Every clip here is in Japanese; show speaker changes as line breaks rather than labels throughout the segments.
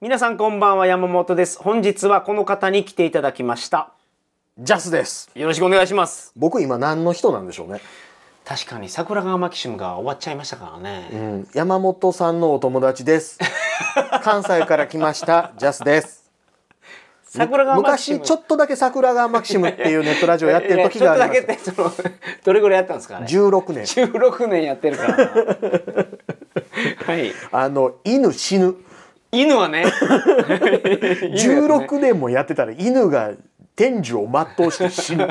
皆さんこんばんは山本です本日はこの方に来ていただきました
ジャスです。
よろしくお願いします
僕今何の人なんでしょうね。
確かに桜川マキシムが終わっちゃいましたから
う
ね、
ん、山本さんのお友達 です。関西から来ましたジャスです。
桜川マキシム
昔ちょっとだけ桜川マキシムっていうネットラジオやってる時がありま
いや
し
ちょっとだけってそのどれぐらいやったんですか
た。
ね
16年。
16年やってるからなはい
あの犬死ぬ。
犬はね犬はね
16年もやってたら犬が天寿を全うして 死ぬ。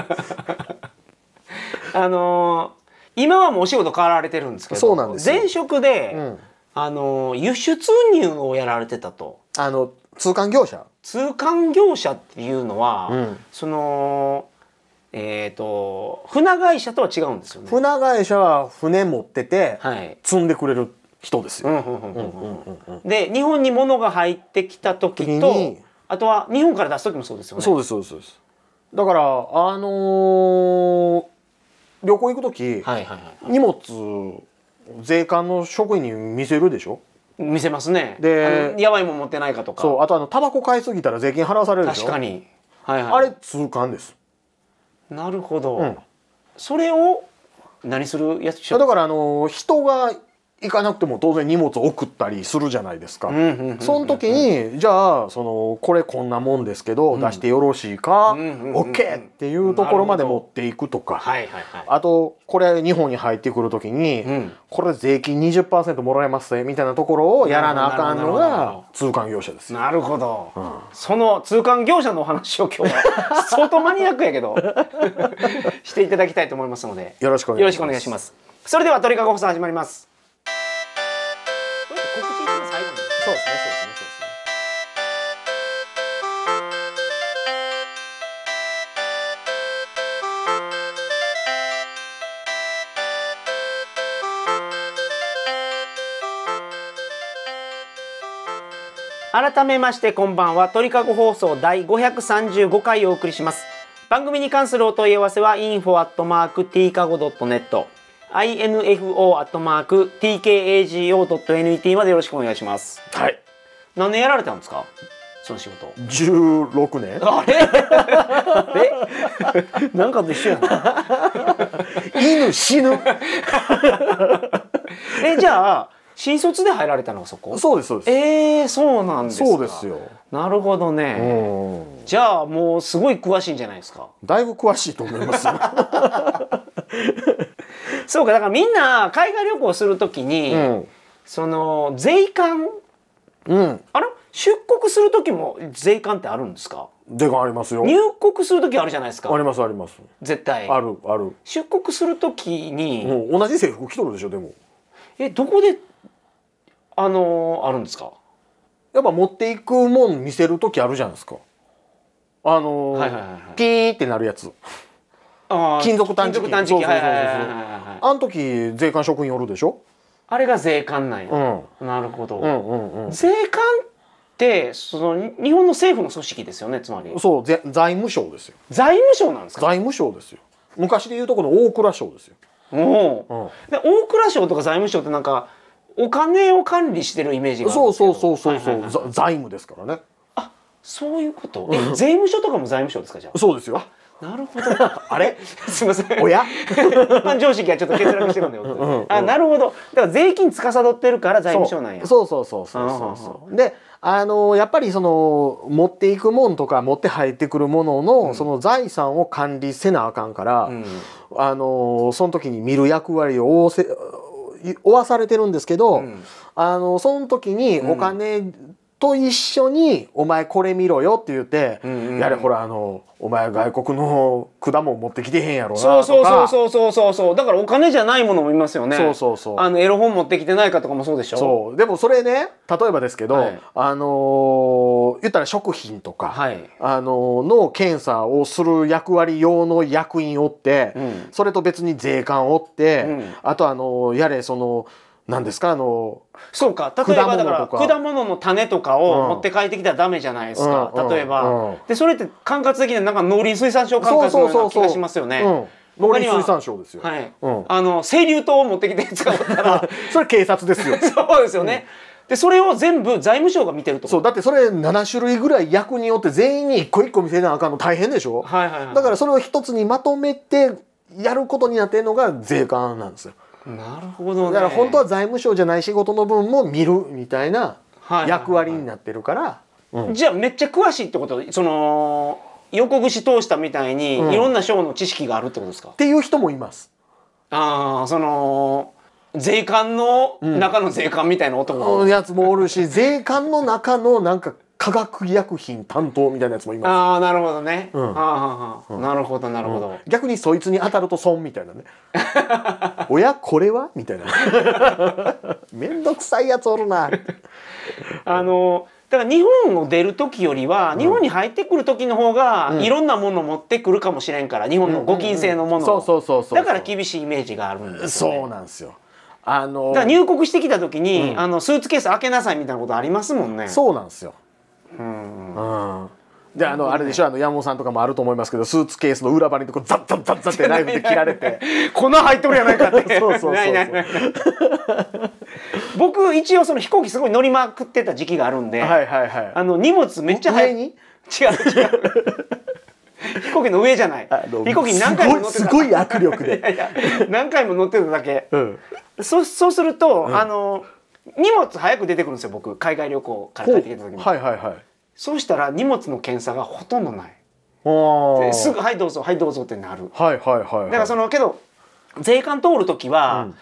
あのー今はもうお仕事変わられてるんですけど
そうなんですよ
前職で、
うん
あのー輸出入をやられてたと
あの通関業者。
通関業者っていうのは、
うん
そのえっ、と船会社とは違うんですよね。
船会社は船持ってて
はい
積んでくれる人です
う
よ。
んうんうんうんうんで日本に物が入ってきた時と
時に
あとは日本から出す時もそうですよね。
そうですそうですそうです。だからあのー旅行行く時、
はいはいはい。
荷物税関の職員に見せるでしょ。
見せますね。
で
あのやばいもん持ってないかとか。
そうあとあのタバコ買いすぎたら税金払わされるでしょ。
確かに。はいはい。
あれ通関です。
なるほど、
うん
それを何するやつでしょ
だからあのー人が行かなくても当然荷物送ったりするじゃないですか。
うんうんうんうん
その時にじゃあそのこれこんなもんですけど出してよろしいか、
うんうんうんうん
オッケーっていうところまで持っていくとか、
はいはいはい
あとこれ日本に入ってくる時に、
うん
これ税金20%もらえますねみたいなところをやらなあかん
な
の
るほどなるほ
が通関業者です。
なるほど、その通関業者のお話を今日は相当マニアックやけど していただきたいと思いますので
よろしくお
よ
願
ろ
い
し
し
くお
ます。
願いしますそれでは鳥かご放送始まります告知一番最後に
そうですね、そうですね、
改めましてこんばんは鳥かご放送第535回をお送りします番組に関するお問い合わせは info.tkago.net info.tkago.net までよろしくお願いします
はい、
何年やられたんですかその仕事
16年。
あれあれ なんかと一緒やな
犬死ぬ。
えじゃあ新卒で入られたの がそこ
そうです、そうです。
えー、そうなんですか
そうですよ。
なるほどね、
うん、
じゃあもうすごい詳しいんじゃないですか
だいぶ詳しいと思いますよ。
そうかだからみんな海外旅行するときに、
うん、
その税関
うん、
あれ出国する時も税関ってあるんですか
でがありますよ。
入国する時あるじゃないです
あり
か
ます、あります。
絶対
ある、ある。
出国する時に、
うん、同じ制服着とるでしょ、でも。
えどこであのーあるんですか
やっぱ持っていくもん見せる時あるじゃないですか。あのー
はいはいはいはい
ピーってなるやつ。
あー
金属探知
金属
機
探知機
そうそうそうそう
はいはいはいはいはい
あん時税関職員おるでしょ。
あれが税関なんや
う、ん、
なるほど、
うん、うん、
税関ってその日本の政府の組織ですよねつまり
うん。そう、ぜ財務省ですよ。
財務省なんですか
財務省ですよ昔でいうとこの大蔵省ですよ、
おう
うん
で大蔵省とか財務省ってなんかお金を管理してるイメージがあるん
そう
ですけ
そ
ど
うそうそう
はい
そ、
はいうはい
ざ財務ですからね
そういうことえ税務署とかも財務省ですかじゃ
そうですよ
あなるほど あれすいません
おや
般常識がちょっと欠落してるんだよ、あなるほどだから税金司ってるから財務省なんや
そうそうそうそうそうそうであのやっぱりその持っていくもんとか持って入ってくるものの、その財産を管理せなあかんから、
ん
あのその時に見る役割を負わせ負わされてるんですけど、
ん
あのその時にお金と一緒に「お前これ見ろよ」って言って「
んうんうん
やれほらあのお前外国の果物持ってきてへんやろな」と
そ
か
うそうそうそうそうそうそうだからお金じゃないものもいますよね
そうそうそう
あのエロ本持ってきてないかとかもそうでしょ
そうでもそれね例えばですけど、
はい
あのー言ったら食品とか、
はい
あのーの検査をする役割用の役員おって、
うん
それと別に税関おって、
うん
あとあのーやれその何ですかあの
そうか例えばだから
果物とか
果物の種とかを
うん
持って帰ってきたらダメじゃないですか、
うん
例えば、
うん
でそれって管轄的にはなんか農林水産省管
そう
轄の
そ
よ
う
う
そ
な
う
気
そう
がしますよね
うん、農林水産省ですよ、
はい、
うん
あの清流糖を持ってきて使うから
それ警察ですよ
そうですよね、でそれを全部財務省が見てると
そうだってそれ7種類ぐらい役によって全員に一個一個見せなあかんの大変でしょ、
はいはいはい
だからそれを一つにまとめてやることになってるのが税関なんですよ
なるほど
だ
ね
から本当は財務省じゃない仕事の分も見るみたいな
はいはいはい
役割になってるから、うん
じゃあめっちゃ詳しいってことその横串通したみたいに、
うん
いろんな省の知識があるってことですか
っていう人もいます。
ああその税関の中の税関みたいな男が、
やつもおるし税関の中のなんか化学医薬品担当みたいなやつもいます。
ああなるほどね、
ん
ああああなるほどなるほど、
逆にそいつに当たると損みたいなね 「おやこれは?」みたいな「 めんどくさいやつおるな」
あのだから日本を出る時よりは、日本に入ってくる時の方が、いろんなものを持ってくるかもしれんから日本のご禁制のものを、
そうそうそうそう
だから厳しいイメージがあるんですよ、ね、
そうなんですよあ
だ
の
から入国してきた時に、あのスーツケース開けなさいみたいなことありますもんね
そうなんですよ
うん
うんであのあれでしょあの山本さんとかもあると思いますけどスーツケースの裏張りのとこザッザッザッザッ ってナイフで切られて
粉入っとるやないかって
そうそうそうそう
ないないない僕一応その飛行機すごい乗りまくってた時期があるんで、
はいはいはい
あの荷物めっちゃ早
上
い違う
に
違う飛行機の上じゃない
あの
飛行機に何回も乗って
す
た
ごいすごい握 力
いや
で、
いや何回も乗ってただけ
うん、
そうそうすると、あの荷物早く出てくるんですよ僕海外旅行から帰ってきた時に、
はいはいはい
そうしたら荷物の検査がほとんどない
あ
で
あ
すぐ「はいどうぞはいどうぞ」ってなる
はいはいはいは
だ
い
からそのけど税関通る時は、
うん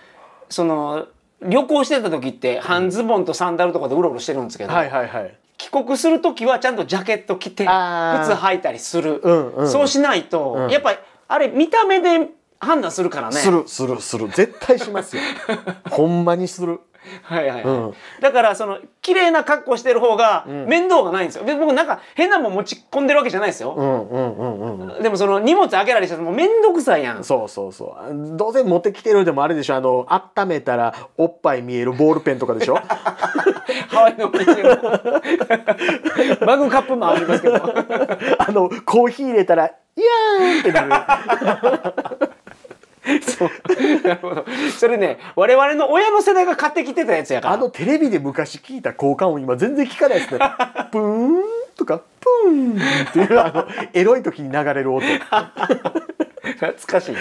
その旅行してた時って半ズボンとサンダルとかでうろうろしてるんですけど、
はいはいはい
帰国する時はちゃんとジャケット着て靴
あー
履いたりする、
うんうん
そうしないと、
うん
やっぱりあれ見た目で判断するからね
するするする絶対し ますよほんまにする
はいはいはい
うん
だからその綺麗な格好してる方が
ん
面倒がないんですよで僕なんか変なもん持ち込んでるわけじゃないです
う
よ、
んうんうんうんうん
でもその荷物開けられちゃうともう面倒くさいやん
そうそうそうどうせ持ってきてるでもあれでしょあの温めたらおっぱい見えるボールペンとかでしょ
ハワイの 街もマグカップもありますけど
あのコーヒー入れたら「イヤーン!」ってなる
なるほどそれね我々の親の世代が買ってきてたやつやから
あのテレビで昔聞いた効果音今全然聞かない ですね「プーン!」とか「プーン!」っていうあのエロい時に流れる音
懐かしいな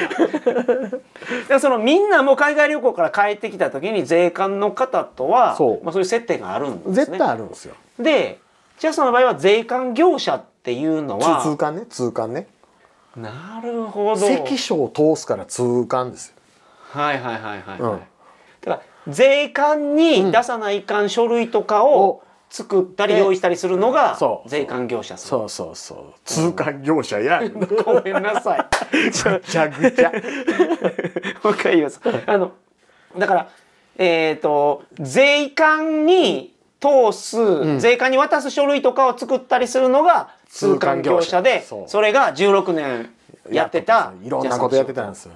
でもそのみんなもう海外旅行から帰ってきた時に税関の方とは
そう
まあ、そういう接点があるんですね
絶対あるんですよ
でじゃあその場合は税関業者っていうの
つ通
は
関ね通関ね
なるほど
関所を通すから通関ですよ
はいはいはいはい、はい
う
だ
ん
から税関に出さないかん書類とかを作ったり
うん
用意したりするのが
そう
税関業者さん
そうそうそう通関業者やぐ
ごめんなさい
ちゃぐ ちゃ
もう一回言いますあのだからえっ、と税関に通す、税関に渡す書類とかを作ったりするのが通関業者で
通関業者そう
それが16年やってた
いろんなことやってたんですよ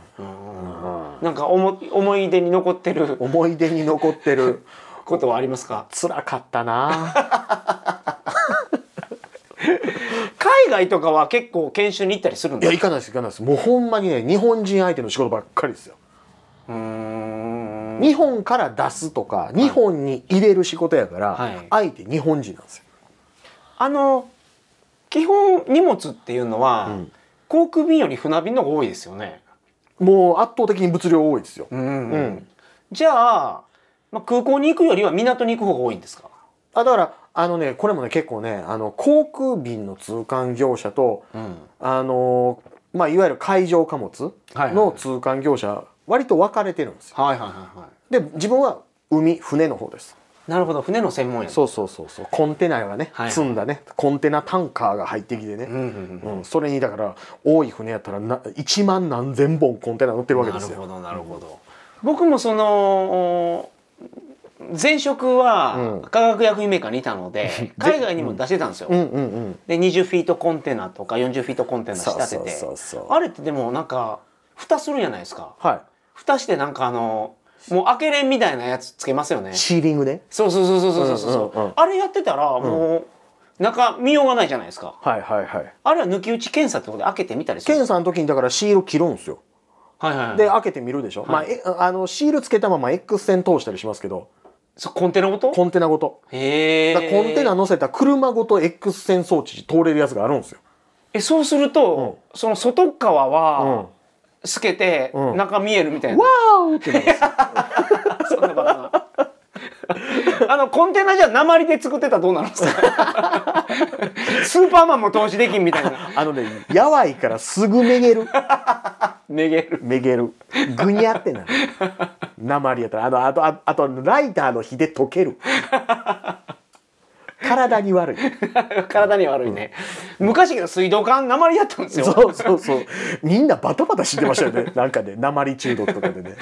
なんか思思い出に残ってる
思い出に残って る
ことはありますか
辛かったな
海外とかは結構研修に行ったりするん
い
で
や
す
行かないです行かないですもうほんまにね日本人相手の仕事ばっかりですよ
うーん
日本から出すとか日本に入れる仕事やから、
はい
相手日本人なんですよ
あの基本荷物っていうのは、
ん
航空便より船便の方が多いですよね。
もう圧倒的に物量多いですよ、
うん
うん
じゃあ、まあ、空港に行くよりは港に行く方が多いんですか、
あだからあのねこれもね結構ねあの航空便の通関業者とあのまあいわゆる海上貨物
はいはい
の通関業者割と分かれてるんですよ
はいはいはいは
で自分は海船の方です
い。なるほど船の専門や、ね。
そうそうそうそうコンテナがね
はいはい
積んだねコンテナタンカーが入ってきてね、
うんうん
うんそれにだから多い船やったらな1万何千本コンテナ乗ってる
うん、
わけ
な
で
る
すよ
ほどなるほど。僕もその前職は
うん
化学薬品メーカーにいたの で、海外にも出してたんですよ。
うんうんうん
で20フィートコンテナとか40フィートコンテナ仕
そう
立て
そう
て
そうそう
あれってでもなんか蓋するじゃないですか
は
蓋してなんかあのもう開けれんみたいなやつつけますよね
いシーリングね
そうそうそうそうそうそうそう,、
うんうんうん
あれやってたらもう中見ようがないじゃないですか
はいはいはい
あれは抜き打ち検査ってことで開けてみたりする
検査の時にだからシール切るんですよ
はいはいはい
で開けてみるでしょ、まあえあのシールつけたまま X 線通したりしますけど
そコンテナごと
コンテナごと
へえ
だからコンテナ乗せた車ごと X 線装置通れるやつがあるんですよ、
えそうすると、その外側
うん、
は
わ
透けて
うん
中見えるみたいな、
ーおってなるんですよ
そんなバカな あのコンテナじゃ鉛で作ってたらどうなるんですか スーパーマンも投資できんみたいな
あのねやわいからすぐめげる
めげる
めげるぐにゃってなる鉛やったらあのあとああとライターの火で溶ける体に悪い
体には悪いね、昔けど水道管鉛やったんですよ
そうそうそうみんなバタバタしてましたよ ねなんかね鉛中毒とかでね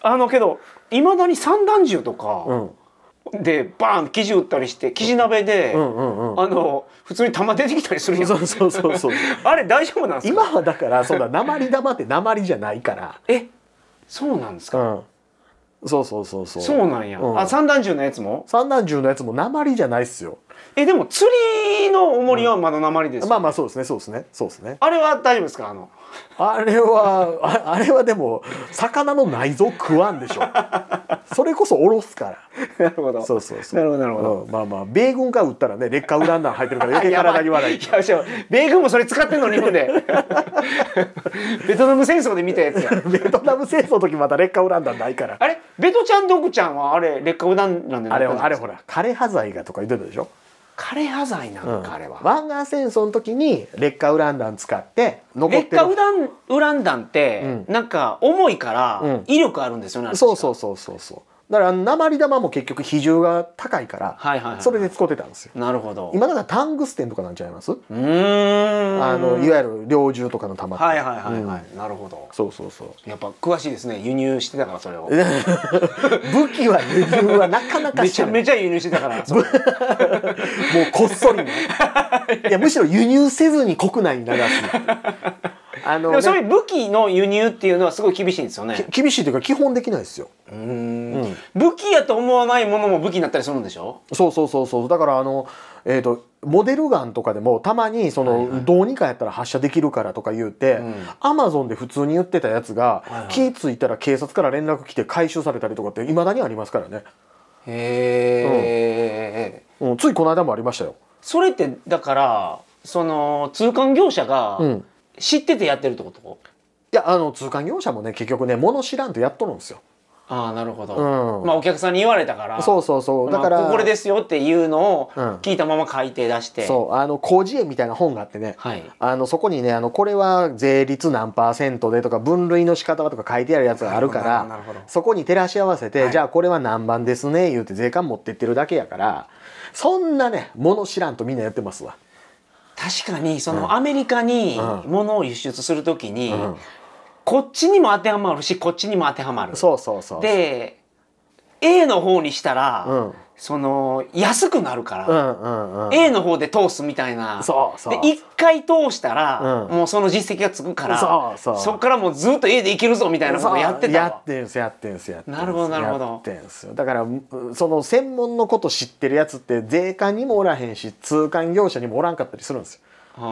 あのけどいまだに散弾銃とか
ん
でバーン生地打ったりして生地鍋で、
うんうんうん
あの普通に弾出てきたりするやん
そうそうそうそう
あれ大丈夫なんですか
今はだからそんな鉛玉って鉛じゃないから
えそうなんですか、
うんそうそうそうそう
そうなんや、
うん
あ散弾銃のやつも
三男銃のやつも鉛じゃないっすよ
えでも釣りの重りはまだ鉛ですよ、
まあまあそうですねそうですねそうですね
あれは大丈夫ですかあ の
あれはああれはでも魚の内臓食わんでしょそれこそおろすか
なるほど
らそうそうそう
なるほどなるほど、
うんまあまあ米軍が撃ったらね劣化ウラン弾入ってるから余計体に悪い
いやしかも米軍もそれ使ってんの日本 でベトナム戦争で見たやつや
ベトナム戦争の時また劣化ウラン弾ないから
あれベトちゃんドクちゃんはあれ劣化ウランなんで
あれあれ
れ
ほら枯葉剤がとか言ってたでしょ、
枯葉剤なんかあれは、
湾岸戦争の時に劣化ウラン弾使って残っ
劣
てる
化ウランウラン弾って
う
なんか重いから
うん
威力あるんですよね、あれ確か
そうそうそうそうそうだからあの鉛玉も結局比重が高いから、
はいはいはい
それで使ってたんですよ
なるほど
今だからタングステンとかなんちゃいます
うーん
あのいわゆる猟銃とかの弾って
はいはいはいはい、なるほど
そうそうそう
やっぱ詳しいですね輸入してたからそれを
武器は輸入はなかなか
め
し
ちゃ
ない
めちゃ輸入してた からそれ
もうこっそりね いやむしろ輸入せずに国内 に流すあの
で
ね、
もそういう武器の輸入っていうのはすごい厳しいんですよね
き厳しいというか基本できないですよ
うーん武器やと思わないものも武器になったりするんでしょ
そうそうそうそうだからあのえっ、とモデルガンとかでもたまにその、どうにかやったら発射できるからとか言うて、
ん
アマゾンで普通に言ってたやつが、
はいはい
気付いたら警察から連絡来て回収されたりとかっていまだにありますからね、
へえ、
うん、ついこの間もありましたよ
それってだからその通関業者が
うん
知っててやってるってこと、
いやあの通関業者もね結局ね物知らんとやっとるんですよ
ああなるほど、
うん
まあお客さんに言われたから
そうそうそうだから、
まあこれですよっていうのを
うん
聞いたまま改定出して、
そうあの工事絵みたいな本があってね、
はい
あのそこにねあのこれは税率何パーセントでとか分類の仕方はとか書いてあるやつがあるか
なるほどなるほ
ら
ど
そこに照らし合わせて、
はい
じゃあこれは何番ですね言うて税関持ってってるだけやからそんなね物知らんとみんなやってますわ
確かにそのアメリカに
うん
物を輸出するときに、
ん
こっちにも当てはまるしこっちにも当てはまる。
そうそうそう
で A の方にしたら、
うん
その安くなるか
う
ら、
んうんうん
A の方で通すみたいな。
そうそう
で一回通したら、
うん
もうその実績がつくから
そうそう
こからもうずっと A でいけるぞみたいなことをやってた
や
わ
ってんすよやってんすよやってんすよ
なるほどなるほど
やってんすよだからうその専門のこと知ってるやつって税関にもおらへんし通関業者にもおらんかったりするんですよ
うん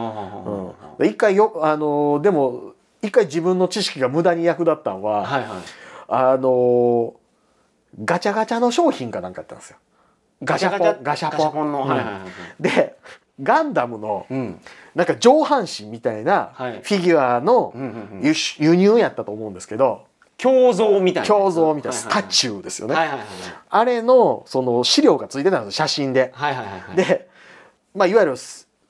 は
うん一回よあのーでも一回自分の知識が無駄に役立ったんは、
いはい
あのーガチャガチャの商品かなんかやったんですよ。ガシャポン
ガシャ
ガシャ
ポ
ポ
ン
ン
の、
うん
はいはいはい
でガンダムの
うん
なんか上半身みたいなフ
はい
ィギュアの
うんうんうん
輸出輸入やったと思うんですけど
胸像みたいな
胸像みたいなスタ
ュ
チューですよ
はい
ね。
はいはい
あれのその資料がついてたんですよ写真で。
はいはいはいはい
で、まあ、いわゆる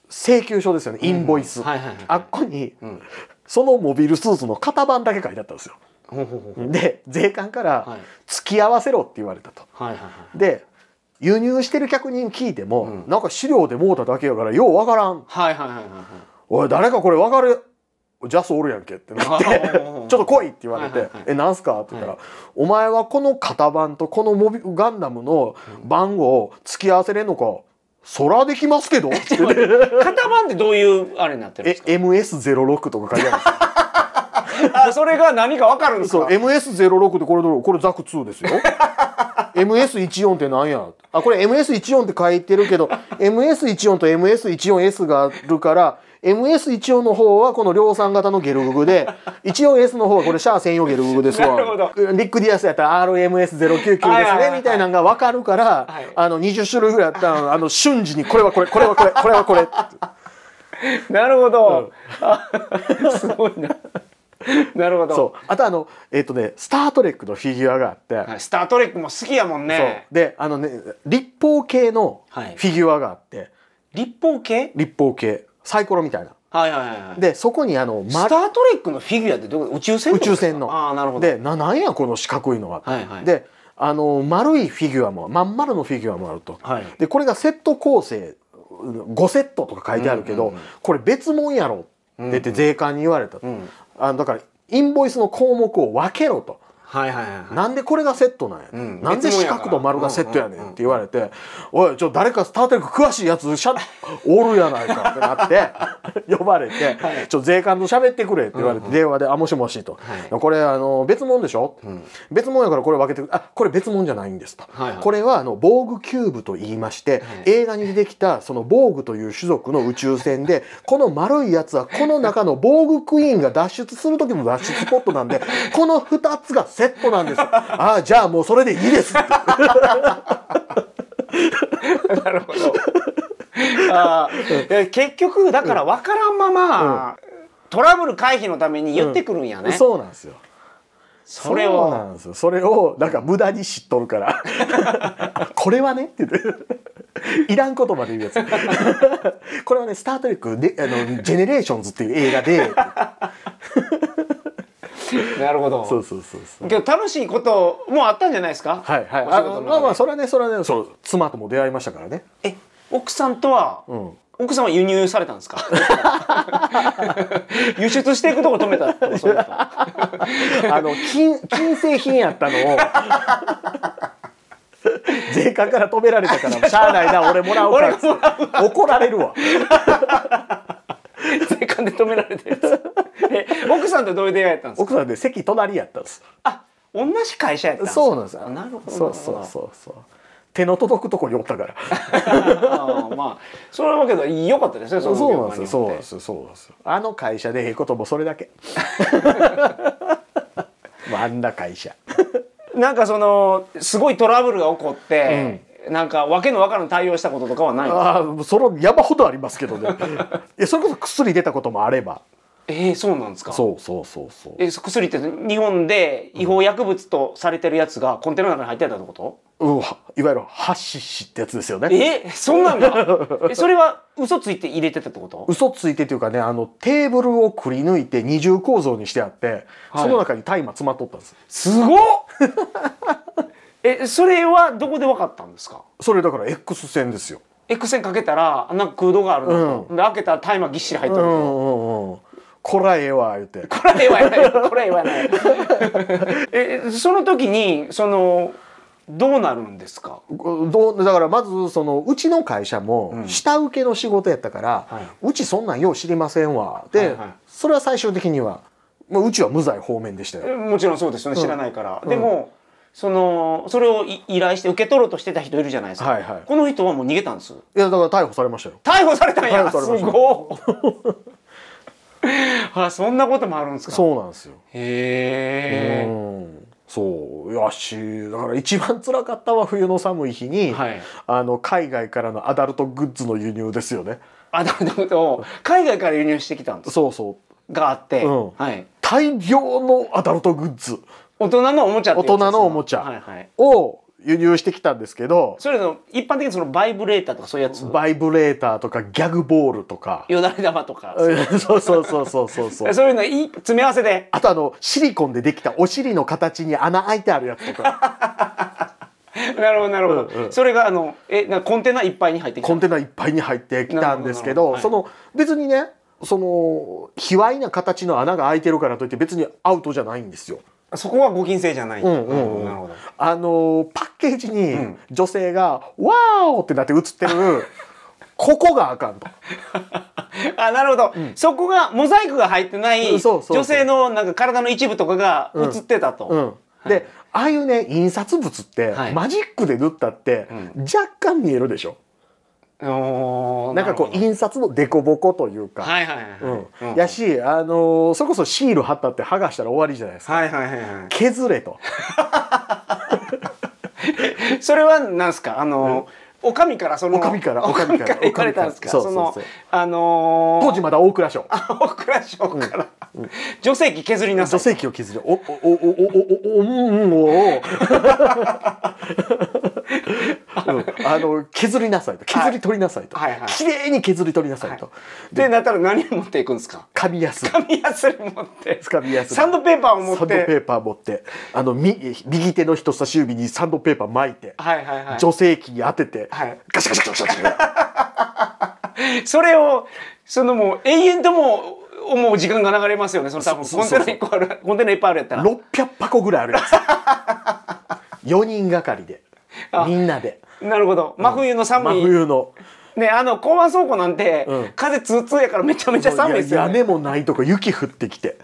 請求書ですよねインボイス。
うんはいはいはい
あっこに
うん
そのモビルスーツの型番だけ書いてあったんですよ。
ほうほうほう
で税関か
は
ら
い
付き合わせろって言われたと。
はいはいはい
で輸入してる客に聞いても、
うん
なんか資料でもうただけやからようわからん
はいはいはいはいはい
おい誰かこれわかるジャスおるやんけってなって
あ
ち
ー
ょっと来いって言われて「
はいはいはい
えなんすか?」って言ったら、
は
お前はこの型番とこのモビガンダムの番号を付き合わせれんのかそらできますけど」 って言って
型番ってどういうあれになってるんです
え MS06 とか書いてあるんですよ
かあそれが何かわかるんです
そう
か
MS06 でこれどうこれザク2ですよ MS14 ってなんやあこれ MS14 って書いてるけど MS14 と MS14S があるから MS 一応の方はこの量産型のゲルググで一応 S の方はこれシャア専用ゲルググですわ
なるほど
リック・ディアスやったら RMS099 です
はいはいはいは
ね
い
みたいなのが分かるから、
はい
あの20種類ぐらいあったのあの瞬時にこれはこれこれはこれこれ はこれ
なるほど、あ すごいななるほど
そうあとあのえっ、とね「スター・トレック」のフィギュアがあって、
はいスター・トレックも好きやもんね
そうであのね立方形のフ
はい
ィギュアがあって、
立方形
立方形サイコロみたいな
はいはいはいはい
でそこにあの
ス
丸
ター・トレックのフィギュアってどういうこと宇宙船
宇宙船の
ああーなるほど
でななんやこの四角いのは、
はいはい
であの丸いフィギュアもまん丸のフィギュアもあると、
はい
でこれがセット構成5セットとか書いてあるけど、これ別物やろって言って税関に言われたと、
ん
あのだからインボイスの項目を分けろと。
はいはいはい
なんでこれがセットなんや、
ん
なんで四角と丸がセットやねんって言われて、おいちょ誰かスター・トレック詳しいやつしゃおるやないかってなって 呼ばれて、ちょ税関と喋ってくれって言われて、電話で「あもしもし」と、これあの別物でしょ、別物やからこれ分けてくあこれ別物じゃないんです」と、
はいはい
これはあの防具キューブと言いまして、映画に出てきたその防具という種族の宇宙船で この丸いやつはこの中の防具クイーンが脱出する時の脱出スポットなんでこの2つがセットなんですああじゃあもうそれでいいですって
なるほど。あーいや結局だから分からんまま、トラブル回避のために言ってくるんやね。
そうなんですよ
それを
そうなんですよそれをなんか無駄に知っとるから あこれはねって言っていらんことまで言うやつこれはね「スター・トレックで」あの「ジェネレーションズ」っていう映 画で
なるほど。
そうそうそうそう
けど楽しいこともあったんじゃないですか。
はいはい。
お仕
あ
事の中で
まあまあそれはねそれはねそう妻とも出会いましたからね。
え奥さんとは、
ん
奥さんは輸入されたんです か。輸出していくとこ止めたってことそういうこと
あの金金製品やった のを税関から止められたからしゃあないな俺もらうから
俺もら
怒られるわ。
税関で止められてるやつ。え奥さんとどういう出会いやったんですか。
奥さんで席隣やったんです。
あ同じ会社やったんですか
そうなんですよ。
なるほど。
そうそうそうそう。手の届くとこにおったから。
あーまあそれはけど良かったです ねその
そうなん
業
で
界
す
にも
よ。そうなんですよ。そうなんですよ。あの会社でええこともそれ だけ。まああんな会社。
なんかそのすごいトラブルが起こって、なんかわけのわからん対応したこととかはないんですか
ああ、その山ほどありますけ どね。いや、それこそ薬出たこともあれば。
えー、そうなんですか
そうそうそうそう。
えそ薬って日本で違法薬物とされてるやつがコンテナの中に入ってたってこと
うん、はいわゆるハシシってやつですよね。
えそんなん がえそれは嘘ついて入れてたってこと
嘘ついてというかね、あのテーブルをくり抜いて二重構造にしてあって、
はい
その中に大麻詰まっとったんです。
すごっ えそれはどこで分かったんですか
それだから X 線ですよ。
X 線かけたらあなんか空洞があるなと、で開けたら大麻ぎっしり入っ
う
て
ん
る、
うんうん。こらええわ言って。
これは言わないこれは言わないえその時にそのどうなるんですか
どうだからまずそのうちの会社も下請けの仕事やったから、
はいう
ちそんなんよう知りませんわ。で、
はいはい
それは最終的には、まあ、うちは無罪方面でしたよ。
もちろんそうですよね知らないから、でもそのそれをい依頼して受け取ろうとしてた人いるじゃないですか、
はいはい
この人はもう逃げたんです
いやだから逮捕されましたよ。
逮捕されたんや
逮捕
す
されまし
ごい あそんなこともあるんですか
そうなんですよ。
へえ、
うんそうやしだから一番辛かったは冬の寒い日に、
はい
あの海外からのアダルトグッズの輸入ですよね
あなるほど海外から輸入してきたんです
そうそう
があって、
うん
はい、
大量のアダルトグッズ
大人のおもちゃってやつですね
大人のおもちゃ
はいはい、
を輸入してきたんですけど
それの一般的にそのバイブレーターとかそういうやつ
バイブレーターとかギャグボール とか
よだれ玉とか、
そうそうそうそうそうそう
そういうのいい詰め合わせで
あとあのシリコンでできたお尻の形に穴開いてあるやつ とか
なるほどなるほど、
うんうん
それがあのえなんかコンテナいっぱいに入ってき
コ
た
ンテナいっぱいに入ってきたんですけど
なるほ
その別にねその卑猥な形の穴が開いてるからといって別にアウトじゃないんですよ。
そこはご金星じゃない、
うんうんうん
なるほど
あのーパッケージに女性が「ワーオ!」ってなって映って るここがあかんと。
あなるほど、そこがモザイクが入ってない
うんそうそうそう
女性のなんか体の一部とかが映ってたと、
うんでああいうね印刷物って、
はい
マジックで塗ったって、
う
若干見えるでしょ。
おー
なんかこう
る
印刷のデコボコという
ほど
か、
はいはいはいはい、
うん
うん
やし、あのーそれこそシール貼ったって剥がしたら終わりじゃないですか、
はいはいはいは
削れと
いそれはなんすかあの、おかみからその
お上から
おかみ
お上
か
からら
言われたんですか
そう
そ
そうそう
のあのー、
当時まだ大蔵省
あ 大蔵省から、女性器削りなさ
女
い
性器を削るおおおおおおおうんおおうんあの削りなさいと削り取りなさいと
はいはいはい
綺麗に削り取りなさいと
でなったら何を持っていくんですか
紙やすり
紙やすり持って
紙やすり
サンドペーパーを持
サ
っ
ンドペ
て
ーパー持ってあのみ右手の人差し指にサンドペーパー巻いて
はいはいはい
女性器に当てて
はい
ガシャガシャガシャガシャ
それをそのもう永遠ともうもう時間が流れますよねその多分
そう
コ
そう
ン
そ
テ
う
ナ一個あるコンテナいっぱいあるやったら
600箱ぐらいあるやつ4人がかりで
あ
みんなで
なるほど真冬の寒
真
い、
冬の
ねあの港湾倉庫なんて、
うん
風通通やからめちゃめちゃ寒いですよ、
や
ね、
屋根もないとこ雪降ってきて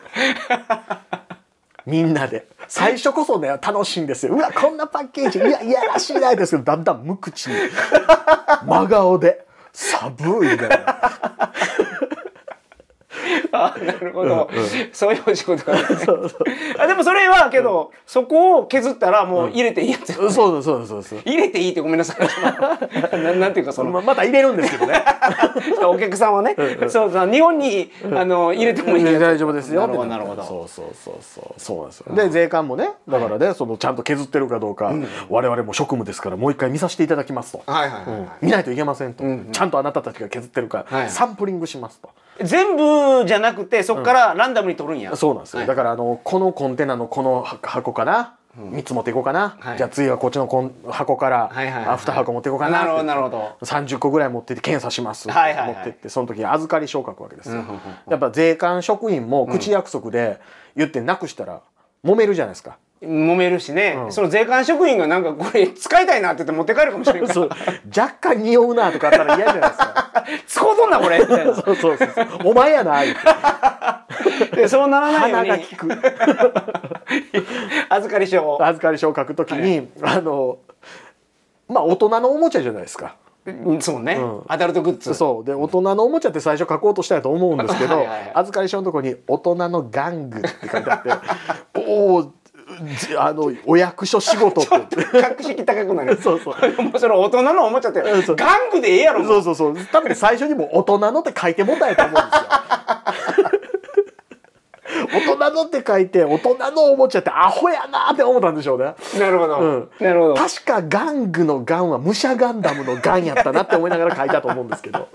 みんなで最初こそね楽しいんですようわこんなパッケージいやいやらしいないですけどだんだん無口に真顔で寒い みたいな
あなるほど、
うんうん
そういうお仕事があるね
そうそ
あでもそれはけど、そこを削ったらもう入れていいやつ、
うそうそうそうそう
入れていいってごめんなさい ななんていうかその
ままた入れるんですけどね
お客さんはね、そうそう日本に、あの入れてもいいやつ
大丈夫ですよ
なるほどなるほど
そうそうそうそうそうなんですよで税関もねだからね、そのちゃんと削ってるかどうか、我々も職務ですからもう一回見させていただきますと、
はいはいはい、
見ないといけませんと、
んうん
ちゃんとあなたたちが削ってるか、
はい
サンプリングしますと、
全部じゃなくてそこからランダムに取るんや、
そうなんですよ、
はい
だからあのこのコンテナのこの箱箱かな、3つ持っていこうかな、
はい
じゃあ次はこっちのこん箱から、
はいはいはい
あ2箱持っていこうかな
なるほど
って
なるほど
30個ぐらい持ってって検査します、
はいはいはい
持ってってその時預かり証書書くわけですよ、
うんうんうん
やっぱ税関職員も口約束で言ってなくしたら揉めるじゃないですか、
揉めるしね、その税関職員がなんかこれ使いたいなって言って持って帰るかもしれないか
そう若干匂うなとかあったら嫌じゃないです か
ら使うとんなこれみたいな
そうそうそうそうお前やな言うて
でそうならないよ
鼻
う
が
に
利く
預かり証を
預かり証書書く時に、あのまあ大人のおもちゃじゃないですか
うんそうね、
ん
アダルトグッズ
そうで大人のおもちゃって最初書こうとしたいと思うんですけ ど
はいはいはい
預かり証のとこに「大人の玩具」って書いてあって 「おおあのお役所仕事」って言って
格式高くなる
そうそう
も うそれ大人のおもちゃって
うんそう
玩具でええやろもう
そうそうそう多分ね最初にも「大人の」って書いてもたやと思うん ですよ。大人のって書いて大人のおもちゃってアホやなって思ったんでしょうね
なるほど、
うん
なるほど
確かガングのガンは武者ガンダムのガンやったなって思いながら書いたと思うんですけ ど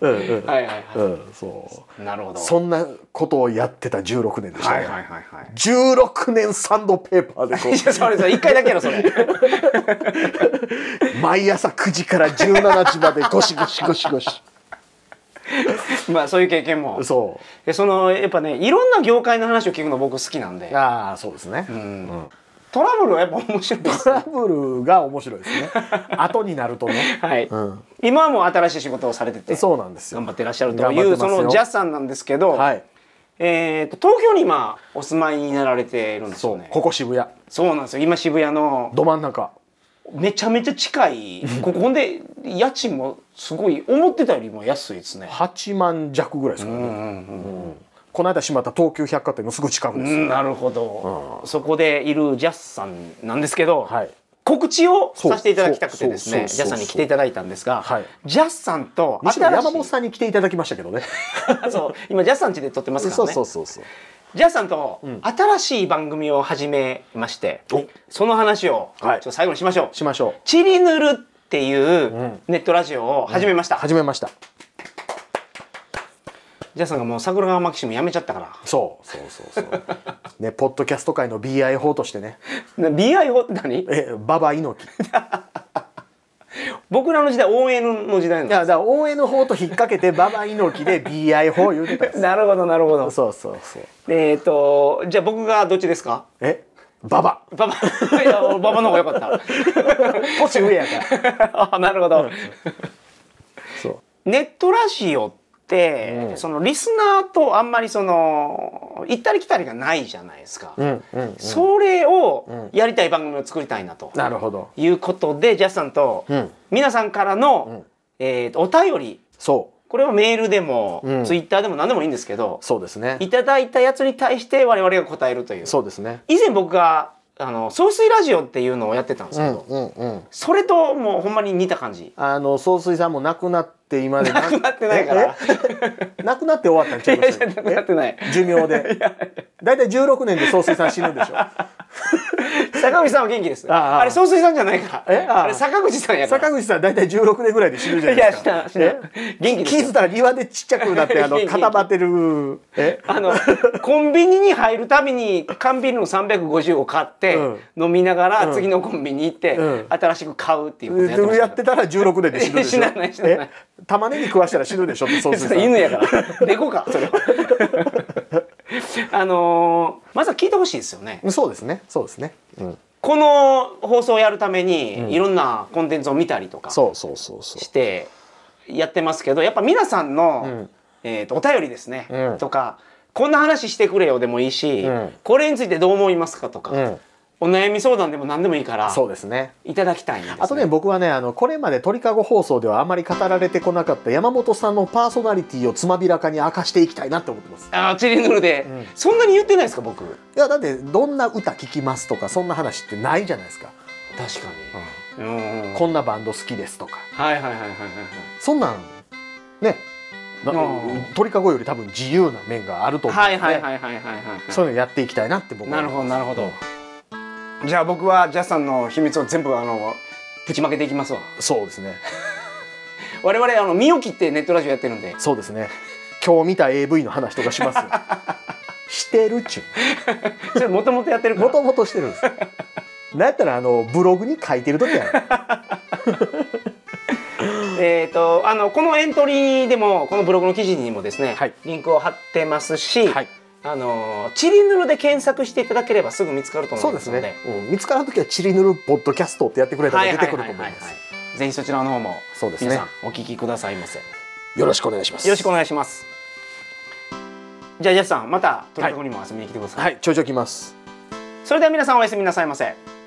うんうん
はいはいは
うんそう
いなるほど
そんなことをやってた16年でした
は
ね、
いはいはいはい
16年サンドペーパーでこ
いやそれそれ一回だけやろそれ
う 毎朝9時から17時までゴシゴシゴシゴシ
まあそういう経験も
そ
でそのやっぱねいろんな業界の話を聞くの僕好きなん
う
で
ああそうですね、うん
トラブルはやっぱ面白い で
ト
す
ラブルが面白いです ね後になるとね
はい、
ん
今はもう新しい仕事をされてて
そうなんですよ
頑張ってらっしゃると
頑
い
張っ
う
てま
そ
すよ
のジャスさんなんですけど、
はい
えー、と東京に今お住まいになられているんです
そ
よ
う
ね
ここ渋谷
そうなんですよ今渋谷の
ど真ん中
めちゃめちゃ近いここほんで家賃もすごい思ってたよりも安いですね
8万弱ぐらいですからね、うんこの間閉まった東急百貨店のすぐ近くですよ、
なるほど、そこでいるジャスさんなんですけど、
はい
告知をさせていただきたくてですねジ
そうそうそうそう
ャスさんに来ていただいたんですが、
はい
ジャスさんと
むしろ
新しい
山本さんに来ていただきましたけどね
そう今ジャスさん家で撮ってますからね
そうそうそうそう
ジャスさんと新しい番組を始めまして、
お
その話をちょ
はい
っと最後にしましょう。
しましょう
チリヌルっていうんネットラジオを始めました、
始めました
ジャスさんがもう桜川マキシムやめちゃったか
そうそうそうそう。ね、ポッドキャスト界の BI 法としてね、
らな BIO って何
え、ババ猪木。い
僕らの時代 ON の時代な
や、だから ON 法と引っ掛けてババ猪木で BI 法言うてたんで
のなるほどなるほど
す。そうそうそう。
えっ、とじゃあ僕がどっちですか
え、ババ。
ババ いやババの方が良かっ
年上やから。
たあなるほど、
そう。
ネットラジオっって、
うん
そのリスナーとあんまりその行ったり来たりがないじゃないですか、
うんうん
それをやりたい番組を作りたいなと、
なるほど
いうことでジャスさんと
うん
皆さんからの、えーとお便り
そ
これはメールでも、
うん
ツイッターでも何でもいいんですけど
う、そうですね
いただいたやつに対して我々が答えるという
そうですね
以前僕があの総水ラジオっていうのをやってたんです
う
け
ん
ど、
うんうん
それともうほんまに似た感じ
あの総帥さんも亡くなって今で
なくなってないから
え亡くなって終わったんちゃい
いや
ま
い
した
やなくなってない
寿命で大体16年で総帥さん死ぬでしょ
坂口さんは元気です
ああああ
あれ総水さんじゃないから
えああ
あれ坂口さんやから
坂口さん大体16年ぐらいで死ぬじゃない
い
で
や
す
し
か
たしな元気です
気づ
よ
いたら庭でちっちゃくなってあ の固まってるえ
あのコンビニに入るたびに缶ビールの350を買って、
う
飲みながら次のコンビニ行って、
うん
新しく買うっていうことやってました
やってたら16年で 死ぬでしょ
死なない死なない
え玉ねぎ食わしたら死ぬで しょって総帥
そ
さん
れ犬やから猫 かそれは あのーまずは聞いてほしいですよね
そうですねそうですね、うん、
この放送をやるためにいろんなコンテンツを見たりとか
そうそうそうそう
してやってますけどやっぱ皆さんの、えー、とお便りですね、
うん
とかこんな話してくれよでもいいし、
うん
これについてどう思いますかとか、
うん
お悩み相談でも何でもいいから
そうですね
いただきたいんです、ね、
あとね僕はねあのこれまで鳥かご放送ではあまり語られてこなかった山本さんのパーソナリティをつまびらかに明かしていきたいなって思ってます
あーチリヌルで、そんなに言ってないですか僕確
いやだってどんな歌聴きますとかそんな話ってないじゃないですか、
かに、うんうん
こんなバンド好きですとか
はいはいはいはいはいはい
そんなんねな
うん
鳥かごより多分自由な面があると思うの
は
で、
いはいはいはいはいはいはい
そういうのやっていきたいなって僕は
なるほどなるほどじゃあ僕はジャスさんの秘密を全部あのぶちまけていきますわ
そうですね
我々あの身を切ってネットラジオやってるんで
そうですね今日見た AV の話とかし ますよしてるっちゅ
それもともとやってる
う
から
もともとしてるんですなんやったらあのブログに書いてる時や ろ
えー、とあのこのエントリーでもこのブログの記事にもですね、
はい
リンクを貼ってますし、
はい
あのチリヌルで検索していただければすぐ見つかると思
そ
いうま
ですす
ので
ね、うん、見つからん時は「チリヌルポッドキャスト」ってやってくれたら
はい
出
は
て
い
くる
は
と
い
思
はいい
ます
ぜひそちらの方も
そうですね
皆さんお聞きくださいませ、
よろしくお願いします
よろしくお願いしますじゃあジャスさんまたトリカゴにも遊びに来てください、
はいちょいちょい来ます
それでは皆さんおやすみなさいませ